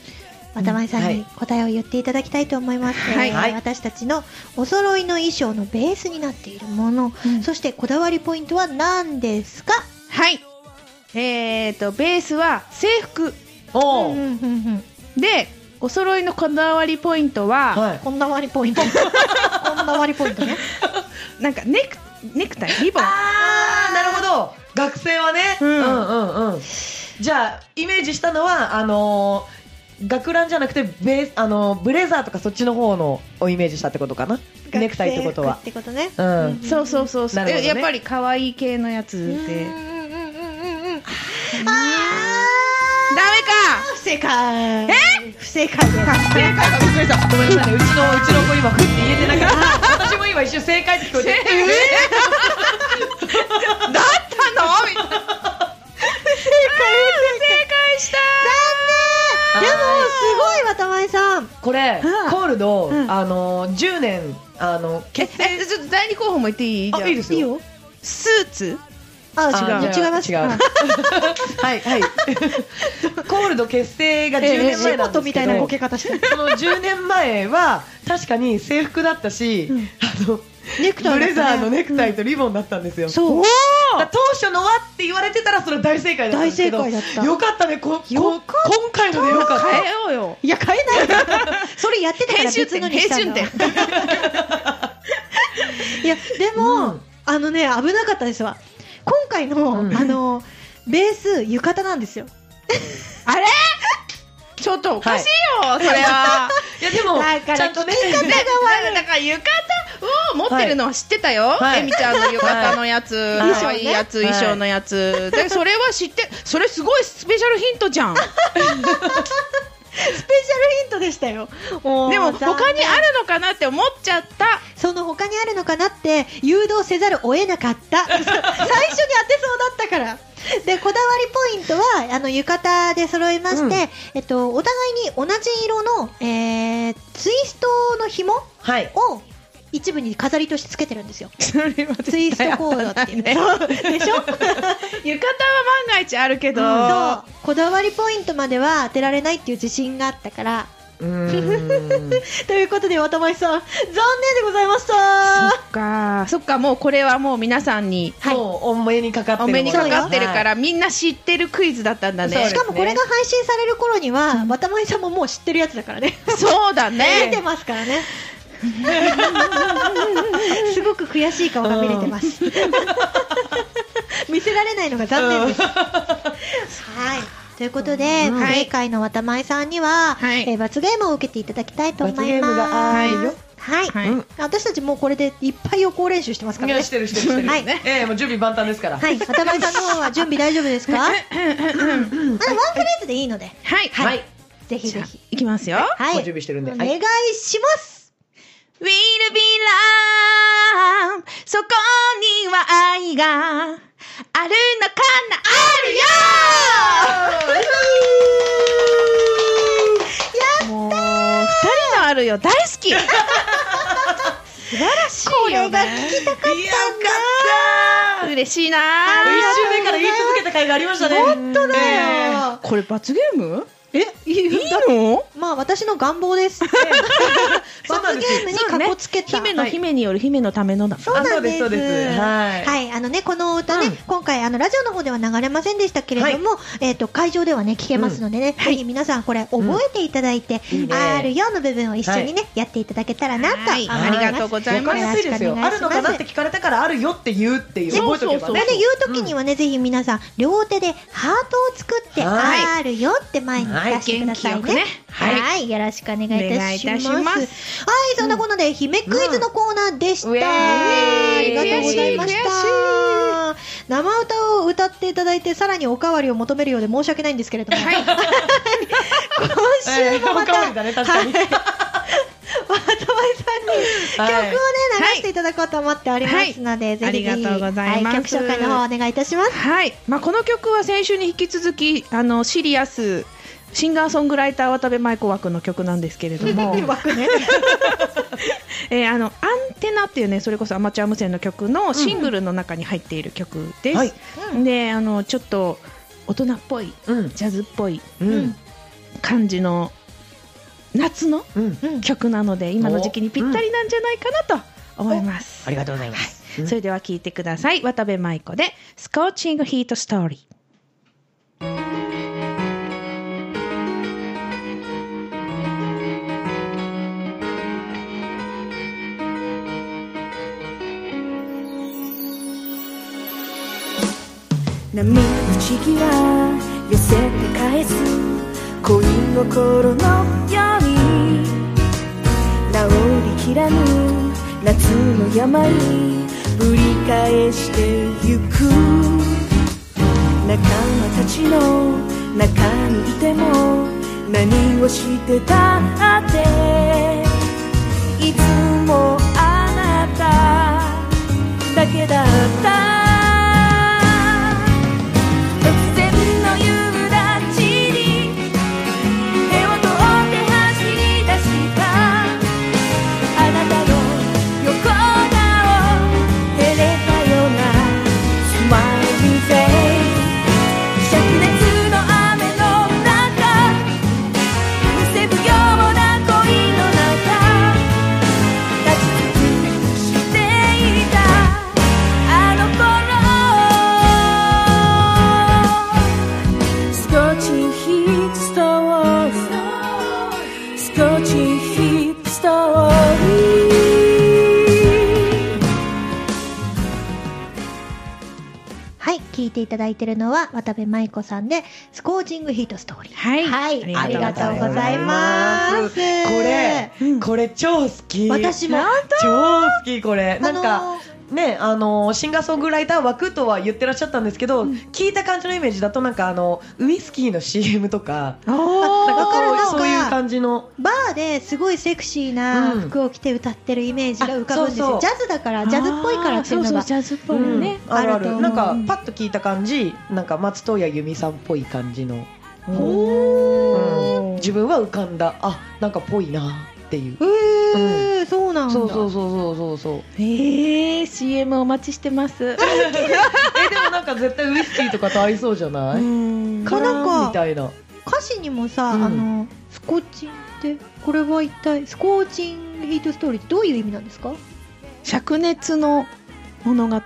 Speaker 1: 渡前さん
Speaker 2: はい
Speaker 1: に答えを言っていただきたいと思います、
Speaker 3: はい
Speaker 1: えー
Speaker 2: はい
Speaker 1: 私たちのお揃いの衣装のベースになっているもの、
Speaker 3: うん
Speaker 1: そしてこだわりポイントは何ですか
Speaker 3: はいえー、とベースは制服
Speaker 2: おお、
Speaker 1: うんうんうん
Speaker 3: でお揃いのこだわりポイントは、
Speaker 2: はい
Speaker 1: こんな割りポ
Speaker 2: (laughs)
Speaker 1: イント。こんな割りポイントね。
Speaker 3: なんかネクネクタイリボン
Speaker 2: あーなるほど学生はね、う、
Speaker 3: うんん
Speaker 2: うんうんじゃあイメージしたのはあのー学ランじゃなくてベースあのーブレザーとかそっちの方のをイメージしたってことかなネクタイってことは
Speaker 1: 学生服ってことね。
Speaker 2: うん
Speaker 1: うん
Speaker 3: そうそうそうそう、
Speaker 2: なるほどね
Speaker 3: やっぱり可愛い系のやつ
Speaker 1: うんうん
Speaker 3: で
Speaker 1: うんうんうんうん。
Speaker 3: ダ
Speaker 1: あ
Speaker 3: メ
Speaker 1: ー
Speaker 3: か
Speaker 1: 不正解。え？不正解です。
Speaker 2: 正解がびっくりしたごめんなさいうちのうちの子今ふって言えてなかった私も今一瞬正解って聞こえて
Speaker 3: だったのみたいな正解正解した
Speaker 1: でもすごい渡前さん。
Speaker 2: これ
Speaker 3: うん
Speaker 2: コールド、
Speaker 3: うん
Speaker 2: あのー10年あの結成
Speaker 3: ええちょっと第二候補も言っていいじゃ
Speaker 2: あ
Speaker 3: あ
Speaker 2: いいです
Speaker 1: い
Speaker 2: よ
Speaker 1: いよ。
Speaker 3: スーツ
Speaker 1: あ
Speaker 2: あ
Speaker 1: 違う
Speaker 2: じゃあ
Speaker 1: 違います。
Speaker 2: 違うはいはいコールド結成が10
Speaker 1: えー
Speaker 2: 年前
Speaker 1: 仕
Speaker 2: なん
Speaker 1: 事
Speaker 2: です
Speaker 1: み
Speaker 2: け
Speaker 1: たいな
Speaker 2: ど
Speaker 1: ボケ方してる。
Speaker 2: その10年前は確かに制服だったし、
Speaker 1: うん
Speaker 2: あの
Speaker 1: ネクタイだった
Speaker 2: ブ
Speaker 1: ね
Speaker 2: レザーのネクタイとリボンだったんですよ、
Speaker 1: そう。
Speaker 2: だから当初のはって言われてたらそれは大正解だったんですけど
Speaker 1: 大正解だった
Speaker 2: よかったねここ今回のでよかった
Speaker 3: 変えようよ
Speaker 1: いや変えないから。それやってたから
Speaker 3: 編集
Speaker 1: 別の
Speaker 3: 点
Speaker 1: にし
Speaker 3: 編
Speaker 1: た
Speaker 3: 集
Speaker 1: んだ
Speaker 3: 点
Speaker 1: わ。いやでも、
Speaker 2: うん
Speaker 1: あのね危なかったですわ今回の、
Speaker 2: うん
Speaker 1: あのベース浴衣なんですよ
Speaker 3: あれちょっとおかしいよ、それは
Speaker 2: いやでも
Speaker 1: だから
Speaker 2: ちゃんとね
Speaker 3: でだから浴衣を持ってるのは知ってたよ、
Speaker 2: はい
Speaker 3: えみちゃんの浴衣のやつ、
Speaker 2: い
Speaker 3: 可愛いやつ、
Speaker 2: はい
Speaker 3: 衣装のやつ、でそれは知ってそれすごいスペシャルヒントじゃんで
Speaker 1: スペシャルヒントでしたよも
Speaker 3: も他にあるのかなって思っちゃった
Speaker 1: その他にあるのかなって誘導せざるを得なかった (laughs) 最初に当てそうだったからでこだわりポイントはあの浴衣で揃えまして、
Speaker 2: うん
Speaker 1: えっと、お互いに同じ色の、えーツイストの紐を
Speaker 2: はい
Speaker 1: 一部に飾りとしてつけてるんですよ
Speaker 3: それは
Speaker 1: ツイストコードっていうねそうでしょ
Speaker 3: 浴衣は万が一あるけど、
Speaker 1: そうこだわりポイントまでは当てられないっていう自信があったから
Speaker 2: うーん
Speaker 1: ということで渡前さん残念でございました
Speaker 3: (laughs) そっかそっかもうこれはもう皆さんに
Speaker 1: はい
Speaker 2: もうお目にかかって
Speaker 3: お
Speaker 2: る
Speaker 3: 目にかかってる
Speaker 2: は
Speaker 3: か
Speaker 2: い
Speaker 3: ら、みんな知ってるクイズだったんだ
Speaker 2: そうで
Speaker 3: ね
Speaker 2: す
Speaker 1: しかもこれが配信される頃には渡前さんももう知ってるやつだからね
Speaker 3: そうだ
Speaker 1: (laughs) 見れ
Speaker 3: ね
Speaker 1: てますから
Speaker 2: (laughs)
Speaker 1: ねすごく悔しい顔が見れてます
Speaker 2: (laughs)
Speaker 1: 見せられないのが残念ですはいということで、
Speaker 2: うん
Speaker 1: 不正解の渡前さんには、
Speaker 3: はい
Speaker 1: えー罰ゲームを受けていただきたいと思います。
Speaker 2: 罰ゲームがあるよ
Speaker 1: はい、
Speaker 3: はい
Speaker 2: うん
Speaker 1: 私たちもうこれでいっぱい予行練習してますから
Speaker 2: いや
Speaker 1: ね
Speaker 2: してるしてるしてる、
Speaker 1: はい
Speaker 2: ええもう準備万端ですから
Speaker 1: はい渡辺さんの方は準備大丈夫
Speaker 2: (laughs)
Speaker 1: ですかあワンフレーズでいいので
Speaker 3: はい、
Speaker 2: はい、
Speaker 1: ぜひ
Speaker 3: じ
Speaker 1: ぜ
Speaker 3: ゃあ
Speaker 1: ひ
Speaker 3: いきますよ、
Speaker 1: は
Speaker 2: もう
Speaker 1: い
Speaker 2: 準備してるんで、
Speaker 1: お
Speaker 2: はい
Speaker 1: 願いします、
Speaker 3: Will be love そこには愛があるのかなあるよもう二人のあるよ大好 (laughs) き素晴らしいよ、ね、
Speaker 2: よかった
Speaker 3: 嬉しいな
Speaker 2: 一周目から言い続けた回がありましたね。本当だ
Speaker 1: よ
Speaker 3: これ罰ゲーム
Speaker 2: え
Speaker 1: いい
Speaker 3: いいの
Speaker 1: まあ私の願望です。 (laughs)
Speaker 2: そうなん
Speaker 1: 罰ゲ
Speaker 2: ですよ
Speaker 1: ームにかこつけた。
Speaker 3: 姫の姫による姫のためのだ。
Speaker 1: そうなんです。
Speaker 2: あそうですそうですはい
Speaker 1: はいあのねこの歌ね、
Speaker 2: うん
Speaker 1: 今回あのラジオの方では流れませんでしたけれども、えっ、と会場ではね聞けますのでね、ぜひ皆さんこれ覚えていただいて、
Speaker 2: うんいいね
Speaker 1: あるよの部分を一緒にね、やっていただけたらなと思います。
Speaker 3: はいありがとうござい
Speaker 2: わ
Speaker 3: ま
Speaker 2: かりやすいですよ。あるのかなって聞かれたからあるよって言うっていう
Speaker 3: ね
Speaker 2: 覚えとけば
Speaker 3: そう
Speaker 1: こ
Speaker 2: ね
Speaker 1: れ。ね言うときにはね、ぜひ皆さん両手でハートを作って、
Speaker 2: はい
Speaker 1: あるよって前に出してください
Speaker 3: はい元気よ
Speaker 1: ね。
Speaker 3: くね
Speaker 1: は
Speaker 3: はいい、
Speaker 1: よろしくお願いいたし
Speaker 3: お願いいたし
Speaker 1: ます。
Speaker 3: ます
Speaker 1: はい、そんなこんなで姫クイズのコーナーでした。
Speaker 2: うんうえーい
Speaker 1: ありがとうございま
Speaker 3: 悔
Speaker 1: し
Speaker 3: しい
Speaker 1: た。生歌を歌っていただいてさらにおかわりを求めるようで申し訳ないんですけれども、今週も
Speaker 3: (laughs)
Speaker 1: ま
Speaker 2: おか
Speaker 1: た、
Speaker 2: わりだね確かに
Speaker 1: はい渡辺さんに曲をね、
Speaker 3: はい
Speaker 1: 流していただこうと思っておりますので、
Speaker 3: い
Speaker 1: ぜひぜひ
Speaker 3: ありがとうございます
Speaker 1: は曲紹介の方お願いいたします。
Speaker 3: はい、まあ、この曲は先週に引き続きあのシリアスシンガーソングライター渡部舞子枠の曲なんですけれども、
Speaker 1: 枠ね。
Speaker 3: えーあの「アンテナ」っていうねそれこそアマチュア無線の曲のシングルの中に入っている曲です。
Speaker 2: はい
Speaker 3: であのちょっと大人っぽい
Speaker 2: うん
Speaker 3: ジャズっぽい
Speaker 2: うん
Speaker 3: 感じの夏の
Speaker 2: うん。
Speaker 1: うん
Speaker 3: 曲なので今の時期にぴったりなんじゃないかなと思います。
Speaker 2: ありがとうございます。
Speaker 3: それでは聞いてください渡部舞子で「スコーチングヒートストーリー」
Speaker 4: 波打ち際寄せて返す恋心のように治りきらぬ夏の病ぶり返してゆく仲間たちの中にいても何をしてたっていつもあなただけだった突然の夕立ちに手を取って走り出したあなたの横顔照れたようなスマイルフェイス灼熱の雨の中むせぶような恋の中立ち尽くしていたあの頃スコーチヒットストーリースコーチヒットストーリー
Speaker 1: はい、聞いていただいてるのは渡部舞子さんで、スコーチングヒートストーリー。
Speaker 3: はい
Speaker 1: はい、あ
Speaker 3: あ
Speaker 1: り
Speaker 3: りが
Speaker 1: がと
Speaker 3: と
Speaker 1: う
Speaker 3: うご
Speaker 1: ござ
Speaker 3: ざ
Speaker 1: い
Speaker 3: い
Speaker 1: ま。
Speaker 2: ますこれ、これ超好き。
Speaker 1: 私も。
Speaker 2: 超好きこれ。なん
Speaker 1: あ
Speaker 2: か
Speaker 1: のー。
Speaker 2: ね、あのーシンガーソングライター枠とは言ってらっしゃったんですけど、聞いた感じのイメージだとなんかあのウイスキーの CM とか
Speaker 1: あわかるなんか
Speaker 2: そういう感じの
Speaker 1: バーですごいセクシーな服を着て歌ってるイメージが浮かぶんですよ、
Speaker 2: うんあそうそ
Speaker 1: ジ
Speaker 2: う
Speaker 1: ャズだからジャズっぽいからっていうの
Speaker 3: あーそうそ
Speaker 1: が
Speaker 3: うジャズっぽいよね、
Speaker 2: うんあるあ
Speaker 1: あると思
Speaker 2: る
Speaker 1: う
Speaker 2: なんかパッと聞いた感じなんか松任谷由実さんっぽい感じの、うん自分は浮かんだあなんかぽいなっていう、
Speaker 1: へえーそうなんだ
Speaker 2: そうそうそうそうそうそう
Speaker 3: えー、CM お待ちしてます
Speaker 2: えでもなんか絶対ウイスキーとかと合いそうじゃない、
Speaker 3: うん
Speaker 2: カラ
Speaker 1: なんか
Speaker 2: ンみたいな
Speaker 1: 歌詞にもさ、
Speaker 2: うん
Speaker 1: あのスコーチンってこれは一体スコーチングヒートストーリーってどういう意味なんですか
Speaker 3: 灼熱の物語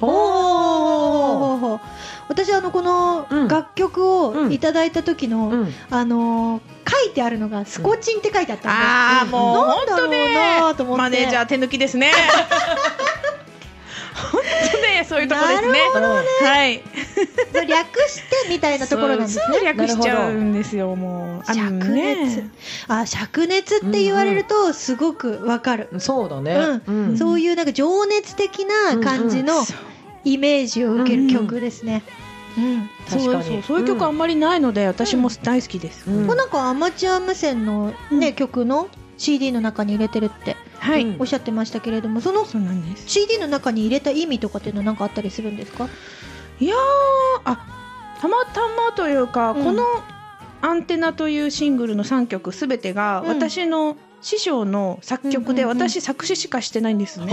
Speaker 1: ほ
Speaker 2: お
Speaker 1: うほう私あのこの
Speaker 2: うん
Speaker 1: 楽曲を
Speaker 2: うん
Speaker 1: いただいた時の、
Speaker 2: うん、
Speaker 1: あのー書いてあるのがスコチンって書いてあったん
Speaker 3: ああもう
Speaker 1: なん
Speaker 3: 本
Speaker 1: だろう
Speaker 3: 当ね
Speaker 1: なと思って
Speaker 3: マネージャー手抜きです
Speaker 1: (laughs)
Speaker 3: ね本当ねそういうとこですねはい
Speaker 1: で、略してみたいなところなんですね
Speaker 3: すぐ略しちゃうんですよもうあの
Speaker 1: 灼熱、
Speaker 3: ね
Speaker 1: あ灼熱って言われるとすごくわかる、
Speaker 2: そうだね、
Speaker 1: う
Speaker 2: うん
Speaker 1: そういうなんか情熱的な感じの
Speaker 3: そう
Speaker 1: イメージを受ける曲ですね、うん
Speaker 2: 確
Speaker 3: そう
Speaker 2: かに
Speaker 3: そうそういう曲あんまりないので、私も大好きです、
Speaker 2: うん
Speaker 1: もうなんかアマチュア無線の、ね
Speaker 3: うん
Speaker 1: 曲の CD の中に入れてるって
Speaker 3: はい、
Speaker 2: うん
Speaker 1: おっしゃってましたけれどもその
Speaker 3: そうなんです
Speaker 1: CD の中に入れた意味とかっていうのはなんかあったりするんですか
Speaker 3: いやーあたまたまというか、
Speaker 1: うん
Speaker 3: この「アンテナ」というシングルの3曲すべてが
Speaker 1: うん
Speaker 3: 私の師匠の作曲で、
Speaker 1: うんうんうん
Speaker 3: 私作詞しかしてないんですね。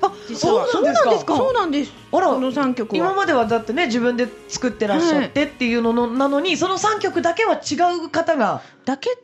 Speaker 2: ああ
Speaker 3: 実は
Speaker 2: そうなんですか
Speaker 3: そうなんです
Speaker 2: あら
Speaker 3: この三曲
Speaker 2: 今
Speaker 3: は
Speaker 2: まではだってね自分で作ってらっしゃってっていうののなのにその3曲だけは違う方が
Speaker 3: だけ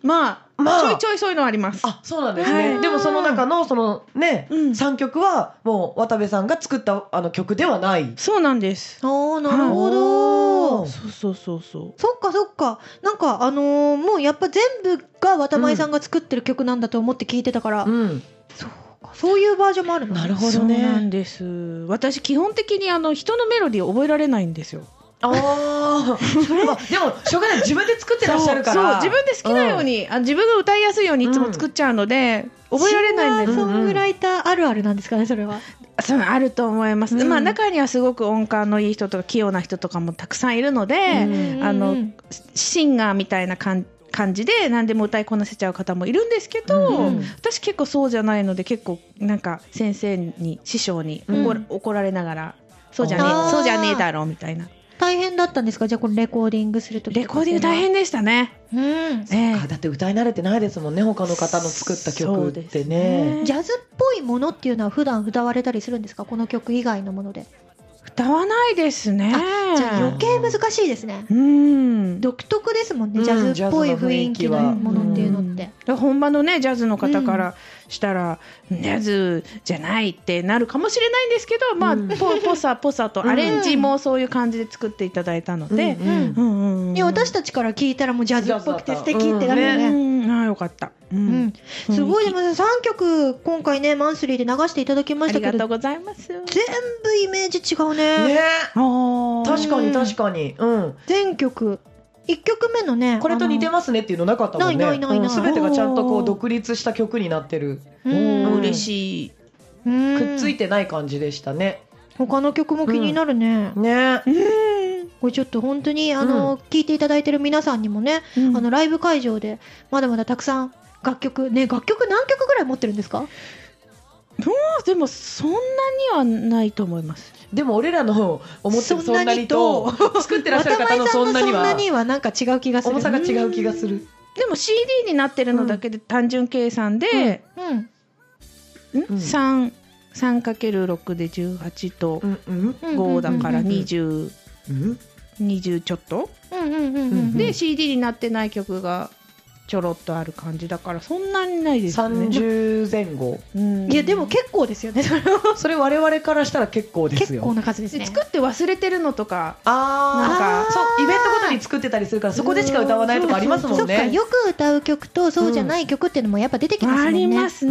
Speaker 3: まあ、
Speaker 2: ま
Speaker 3: ち
Speaker 2: あ
Speaker 3: ょいちょいそういうのあります
Speaker 2: あそうなんですね、
Speaker 3: はい
Speaker 2: でもその中のそのね、
Speaker 3: うん
Speaker 2: 3曲はもう渡部さんが作ったあの曲ではない
Speaker 3: そうなんです
Speaker 1: おーなるほ
Speaker 2: お
Speaker 1: ど
Speaker 2: ー
Speaker 3: そうそうそうそう
Speaker 1: そっかそっかなんかあのーもうやっぱ全部が渡前さんが作ってる曲なんだと思って聞いてたから、
Speaker 2: うん
Speaker 1: そうかそういうバージョンもあるの
Speaker 2: なるほ
Speaker 3: そ
Speaker 2: ど
Speaker 3: うな
Speaker 2: ね
Speaker 3: んです私基本的にあの人のメロディー覚えられないんですよ
Speaker 2: あーそれはでもしょうがない自分で作ってらっしゃるから
Speaker 3: そう自分で好きなように、あ自分が歌いやすいようにいつも作っちゃうので、覚えられないんで
Speaker 1: シ
Speaker 3: す
Speaker 1: ンガーソングライターあるあるなんですかねそれは
Speaker 3: そうあると思います、
Speaker 1: うん
Speaker 3: まあ中にはすごく音感のいい人とか器用な人とかもたくさんいるので、
Speaker 1: うん
Speaker 3: あ
Speaker 1: う
Speaker 3: の
Speaker 1: ん
Speaker 3: シンガーみたいな感感じで何でも歌いこなせちゃう方もいるんですけど、
Speaker 2: うん
Speaker 1: うん
Speaker 3: 私結構そうじゃないので結構なんか先生に師匠に怒,、
Speaker 1: うん
Speaker 3: 怒られながらそうじゃね
Speaker 1: あー
Speaker 3: えそうじゃねえだろうみたいな
Speaker 1: 大変だったんですかじゃあこれレコーディングするときと
Speaker 3: レ
Speaker 1: か
Speaker 3: コーディング大変でしたね。
Speaker 1: うん
Speaker 3: え
Speaker 2: あだって歌い慣れてないですもんね他の方の作った曲ってね
Speaker 1: ジャズっぽいものっていうのは普段歌われたりするんですかこの曲以外のもので、
Speaker 3: 歌わないですね。
Speaker 1: じゃあ余計難しいですね
Speaker 3: うん。
Speaker 1: 独特ですもんね、
Speaker 2: うん
Speaker 1: ジャズっぽい雰囲気のものっていうのって、
Speaker 3: うん本場のねジャズの方からしたら、ジャズじゃないってなるかもしれないんですけど、まあ、
Speaker 2: うん
Speaker 3: ぽぽさぽさと
Speaker 2: うん
Speaker 3: アレンジもそういう感じで作っていただいたので、
Speaker 2: うんう
Speaker 3: う
Speaker 2: ん
Speaker 3: んうんうん、
Speaker 1: いや私たちから聞いたらもうジャズっぽくて素敵ってなるよ
Speaker 3: う
Speaker 1: ね,、
Speaker 3: ん、ああよかった、うん
Speaker 1: うんすごいで
Speaker 3: うん
Speaker 1: も3曲今回ねマンスリーで流していただきま
Speaker 3: あ
Speaker 1: した
Speaker 3: り
Speaker 1: け
Speaker 3: がとう
Speaker 1: ど
Speaker 3: ございます
Speaker 1: 全部イメージ違うね
Speaker 2: ね確
Speaker 3: 確
Speaker 2: かに確かにうん
Speaker 1: 全曲1曲目のね
Speaker 2: これと似て
Speaker 1: ま
Speaker 2: ますねっていうのなかったもんね
Speaker 1: ないないないない
Speaker 2: うん全てがちゃんとこう独立した曲になってる
Speaker 1: す
Speaker 2: うん
Speaker 3: 嬉しい
Speaker 2: くっつい
Speaker 1: て
Speaker 2: てない感じでしたね
Speaker 1: 他の曲も気になるね、
Speaker 2: ね
Speaker 1: これちょっと本当にあの、聞いていただいてる皆さんにもね、
Speaker 3: うん
Speaker 1: あのライブ会場でまだまだたくさん楽曲ね楽曲何曲ぐらい持ってるんですか
Speaker 3: あでもそんなにはないと思います
Speaker 2: でも俺らの思ってるそんなにと作ってらっしゃる方のそんなに
Speaker 1: (laughs) 渡辺さんのそんな
Speaker 2: は
Speaker 1: にはなんか違う気がする
Speaker 2: 重さが違う気がする
Speaker 3: でも CD になってるのだけで単純計算で、
Speaker 1: うん
Speaker 2: うん
Speaker 3: 3, 3かける6で18と
Speaker 2: うんうん
Speaker 1: うん
Speaker 3: 5だから
Speaker 1: うんうん
Speaker 3: 2020
Speaker 2: うん
Speaker 3: ちょっと、
Speaker 1: うんうんうん
Speaker 2: うん
Speaker 1: うん
Speaker 3: で CD になってない曲がちょろっとある感じだからそんなにないですね、
Speaker 2: 30前後
Speaker 3: うん
Speaker 1: いやでも結構ですよねそれは
Speaker 2: それ我々からしたら結構です
Speaker 1: 結
Speaker 2: よ
Speaker 1: 構な数ですね
Speaker 3: 作って忘れてるのとか
Speaker 2: あー
Speaker 3: なん
Speaker 1: か
Speaker 2: そうイベントごとに作ってたりするからそこでしか歌わないとかありますも
Speaker 1: そ
Speaker 2: ん
Speaker 1: っか
Speaker 2: ね。
Speaker 1: よく歌う曲とそうじゃない曲っていうのもやっぱ出てきますもんね、
Speaker 3: す
Speaker 2: う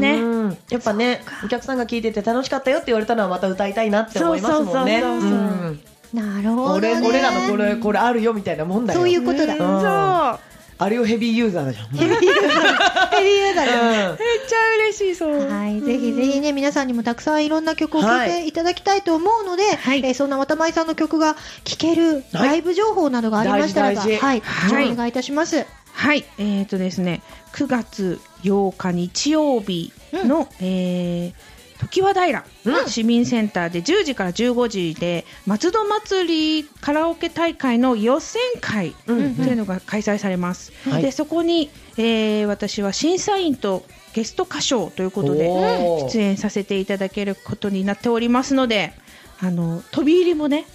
Speaker 2: んやっぱねお客さんが聞いてて楽しかったよって言われたのはまた歌いたいなって思いますもんね。
Speaker 3: そうそうそうそう
Speaker 2: うん
Speaker 1: なるほどね
Speaker 2: 俺俺らのこれこれあるよみたいなもんだよ。
Speaker 1: そういうことだ
Speaker 3: うん
Speaker 2: うん
Speaker 3: そう
Speaker 2: あれをヘビーユーザーじゃん。
Speaker 1: ヘビーユーザーヘビーユーザーだね
Speaker 2: うん
Speaker 3: めっちゃ嬉しいそう
Speaker 1: はい、ぜひぜひね、皆さんにもたくさんいろんな曲を聴いていただきたいと思うので、
Speaker 3: はい
Speaker 1: えーそんな渡前さんの曲が聴けるライブ情報などがありましたらば、はい、
Speaker 2: 大事大
Speaker 1: はい
Speaker 3: はい
Speaker 1: お願いいたします。
Speaker 3: はい、えーとですね、9月8日日曜日の、えー常盤平
Speaker 2: うん
Speaker 3: 市民センターで10時から15時で松戸祭りカラオケ大会の予選会
Speaker 1: う
Speaker 2: う
Speaker 1: ん
Speaker 2: ん
Speaker 3: というのが開催されます。
Speaker 2: はい
Speaker 3: でそこに、えー私は審査員とゲスト歌唱ということで
Speaker 2: おー
Speaker 3: 出演させていただけることになっておりますので、あの飛び入りもね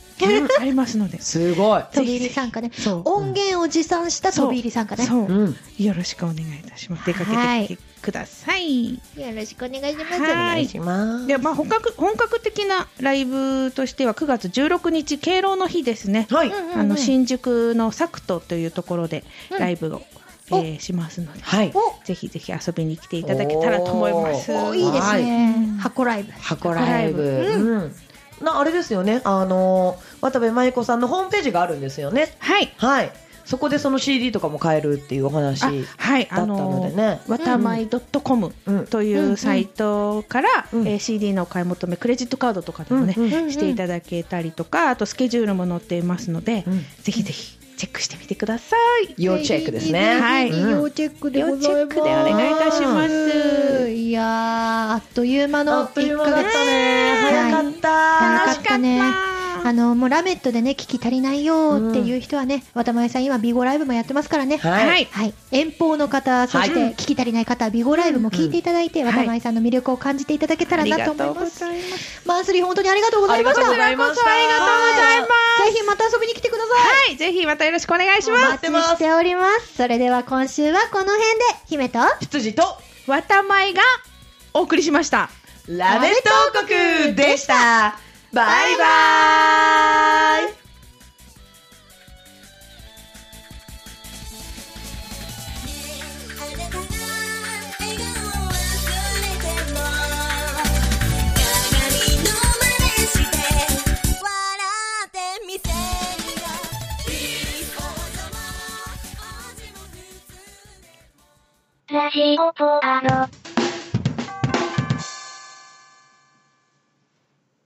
Speaker 3: ありますので、
Speaker 2: すごい。
Speaker 1: 飛び入り参加ね。
Speaker 3: そう
Speaker 1: 音源を持参した飛び入り参加ね。よ
Speaker 3: そう
Speaker 2: うん
Speaker 3: よろしくお願いいたします。出かけてきてください。
Speaker 1: ろしくお願いします。
Speaker 3: はい
Speaker 2: お願いします。
Speaker 3: で、まあ、本格、本格的なライブとしては9月16日敬老の日ですね。
Speaker 2: は
Speaker 1: う
Speaker 2: い
Speaker 1: んうんうん
Speaker 3: あの新宿のサクトというところで
Speaker 1: うん
Speaker 3: ライブを、
Speaker 1: お
Speaker 3: えーしますので、
Speaker 2: はい
Speaker 1: お
Speaker 3: ぜひぜひ遊びに来ていただけたらと思います。
Speaker 1: おいいですね。
Speaker 3: はい
Speaker 1: 箱ライブ。
Speaker 2: 箱ライブ。
Speaker 1: 箱ライブ
Speaker 2: うんなあれですよね。あの渡部麻衣子さんのホームページがあるんですよね。
Speaker 3: はい。
Speaker 2: はい。そこでその CD とかも買えるっていうお話だ
Speaker 3: あ
Speaker 2: っ
Speaker 3: はい、
Speaker 2: た
Speaker 3: あ
Speaker 2: の
Speaker 3: の
Speaker 2: でね。
Speaker 3: わたまい .com
Speaker 2: うん。
Speaker 3: とい
Speaker 1: んうん
Speaker 3: うサイトから、
Speaker 2: うん
Speaker 3: えー CD のお買い求めクレジットカードとかで
Speaker 2: う
Speaker 3: も
Speaker 2: ん
Speaker 3: ね、
Speaker 2: うん
Speaker 1: うん
Speaker 3: していただけたりとかあとスケジュールも載っていますので、
Speaker 2: うん
Speaker 3: ぜひぜひチェックしてみてください。
Speaker 2: 要チェックです
Speaker 1: ぜ
Speaker 2: ね。
Speaker 1: ひ
Speaker 3: はい
Speaker 1: ぜひ要チェックでご
Speaker 3: 要チ
Speaker 1: ざ
Speaker 3: ェッ
Speaker 1: いま
Speaker 3: ク
Speaker 1: す。
Speaker 3: でお願いいたします。
Speaker 1: いやー、あっという間
Speaker 2: あ
Speaker 1: の
Speaker 2: っとい
Speaker 1: 1
Speaker 2: う間だ
Speaker 1: ヶ
Speaker 2: った
Speaker 1: 月。
Speaker 2: ね。
Speaker 1: はい
Speaker 2: 早かった。
Speaker 1: 楽しかったね
Speaker 3: 楽しかった
Speaker 1: あのもうラメットでね聞き足りないよーっていう人はね、渡前さん今ビゴライブもやってますからね
Speaker 2: はい
Speaker 3: はい
Speaker 1: はい、遠方の方そして聞き足りない方はビゴライブも聞いていただいて、
Speaker 3: ん
Speaker 1: 渡前さんの魅力を感じていただけたら
Speaker 3: あり
Speaker 1: なと
Speaker 3: が
Speaker 1: 思
Speaker 3: とうご
Speaker 1: います
Speaker 3: ざいます。
Speaker 1: マンスリー本当にありがとうございました
Speaker 2: ありがとうございました
Speaker 3: ありがとうございます。
Speaker 1: ぜひまた遊びに来てください
Speaker 3: はい、ぜひまたよろしくお願いします。
Speaker 1: お待ちしておりますそれでは今週はこの辺で姫と
Speaker 2: 羊と
Speaker 3: わたまいがお送りしました。
Speaker 2: ラメット王国でしたバイバイ
Speaker 5: あなたの笑顔忘れてもいつかまた会える鏡の真似して笑ってみせるよいいこともおじも普通でもラジオポアロ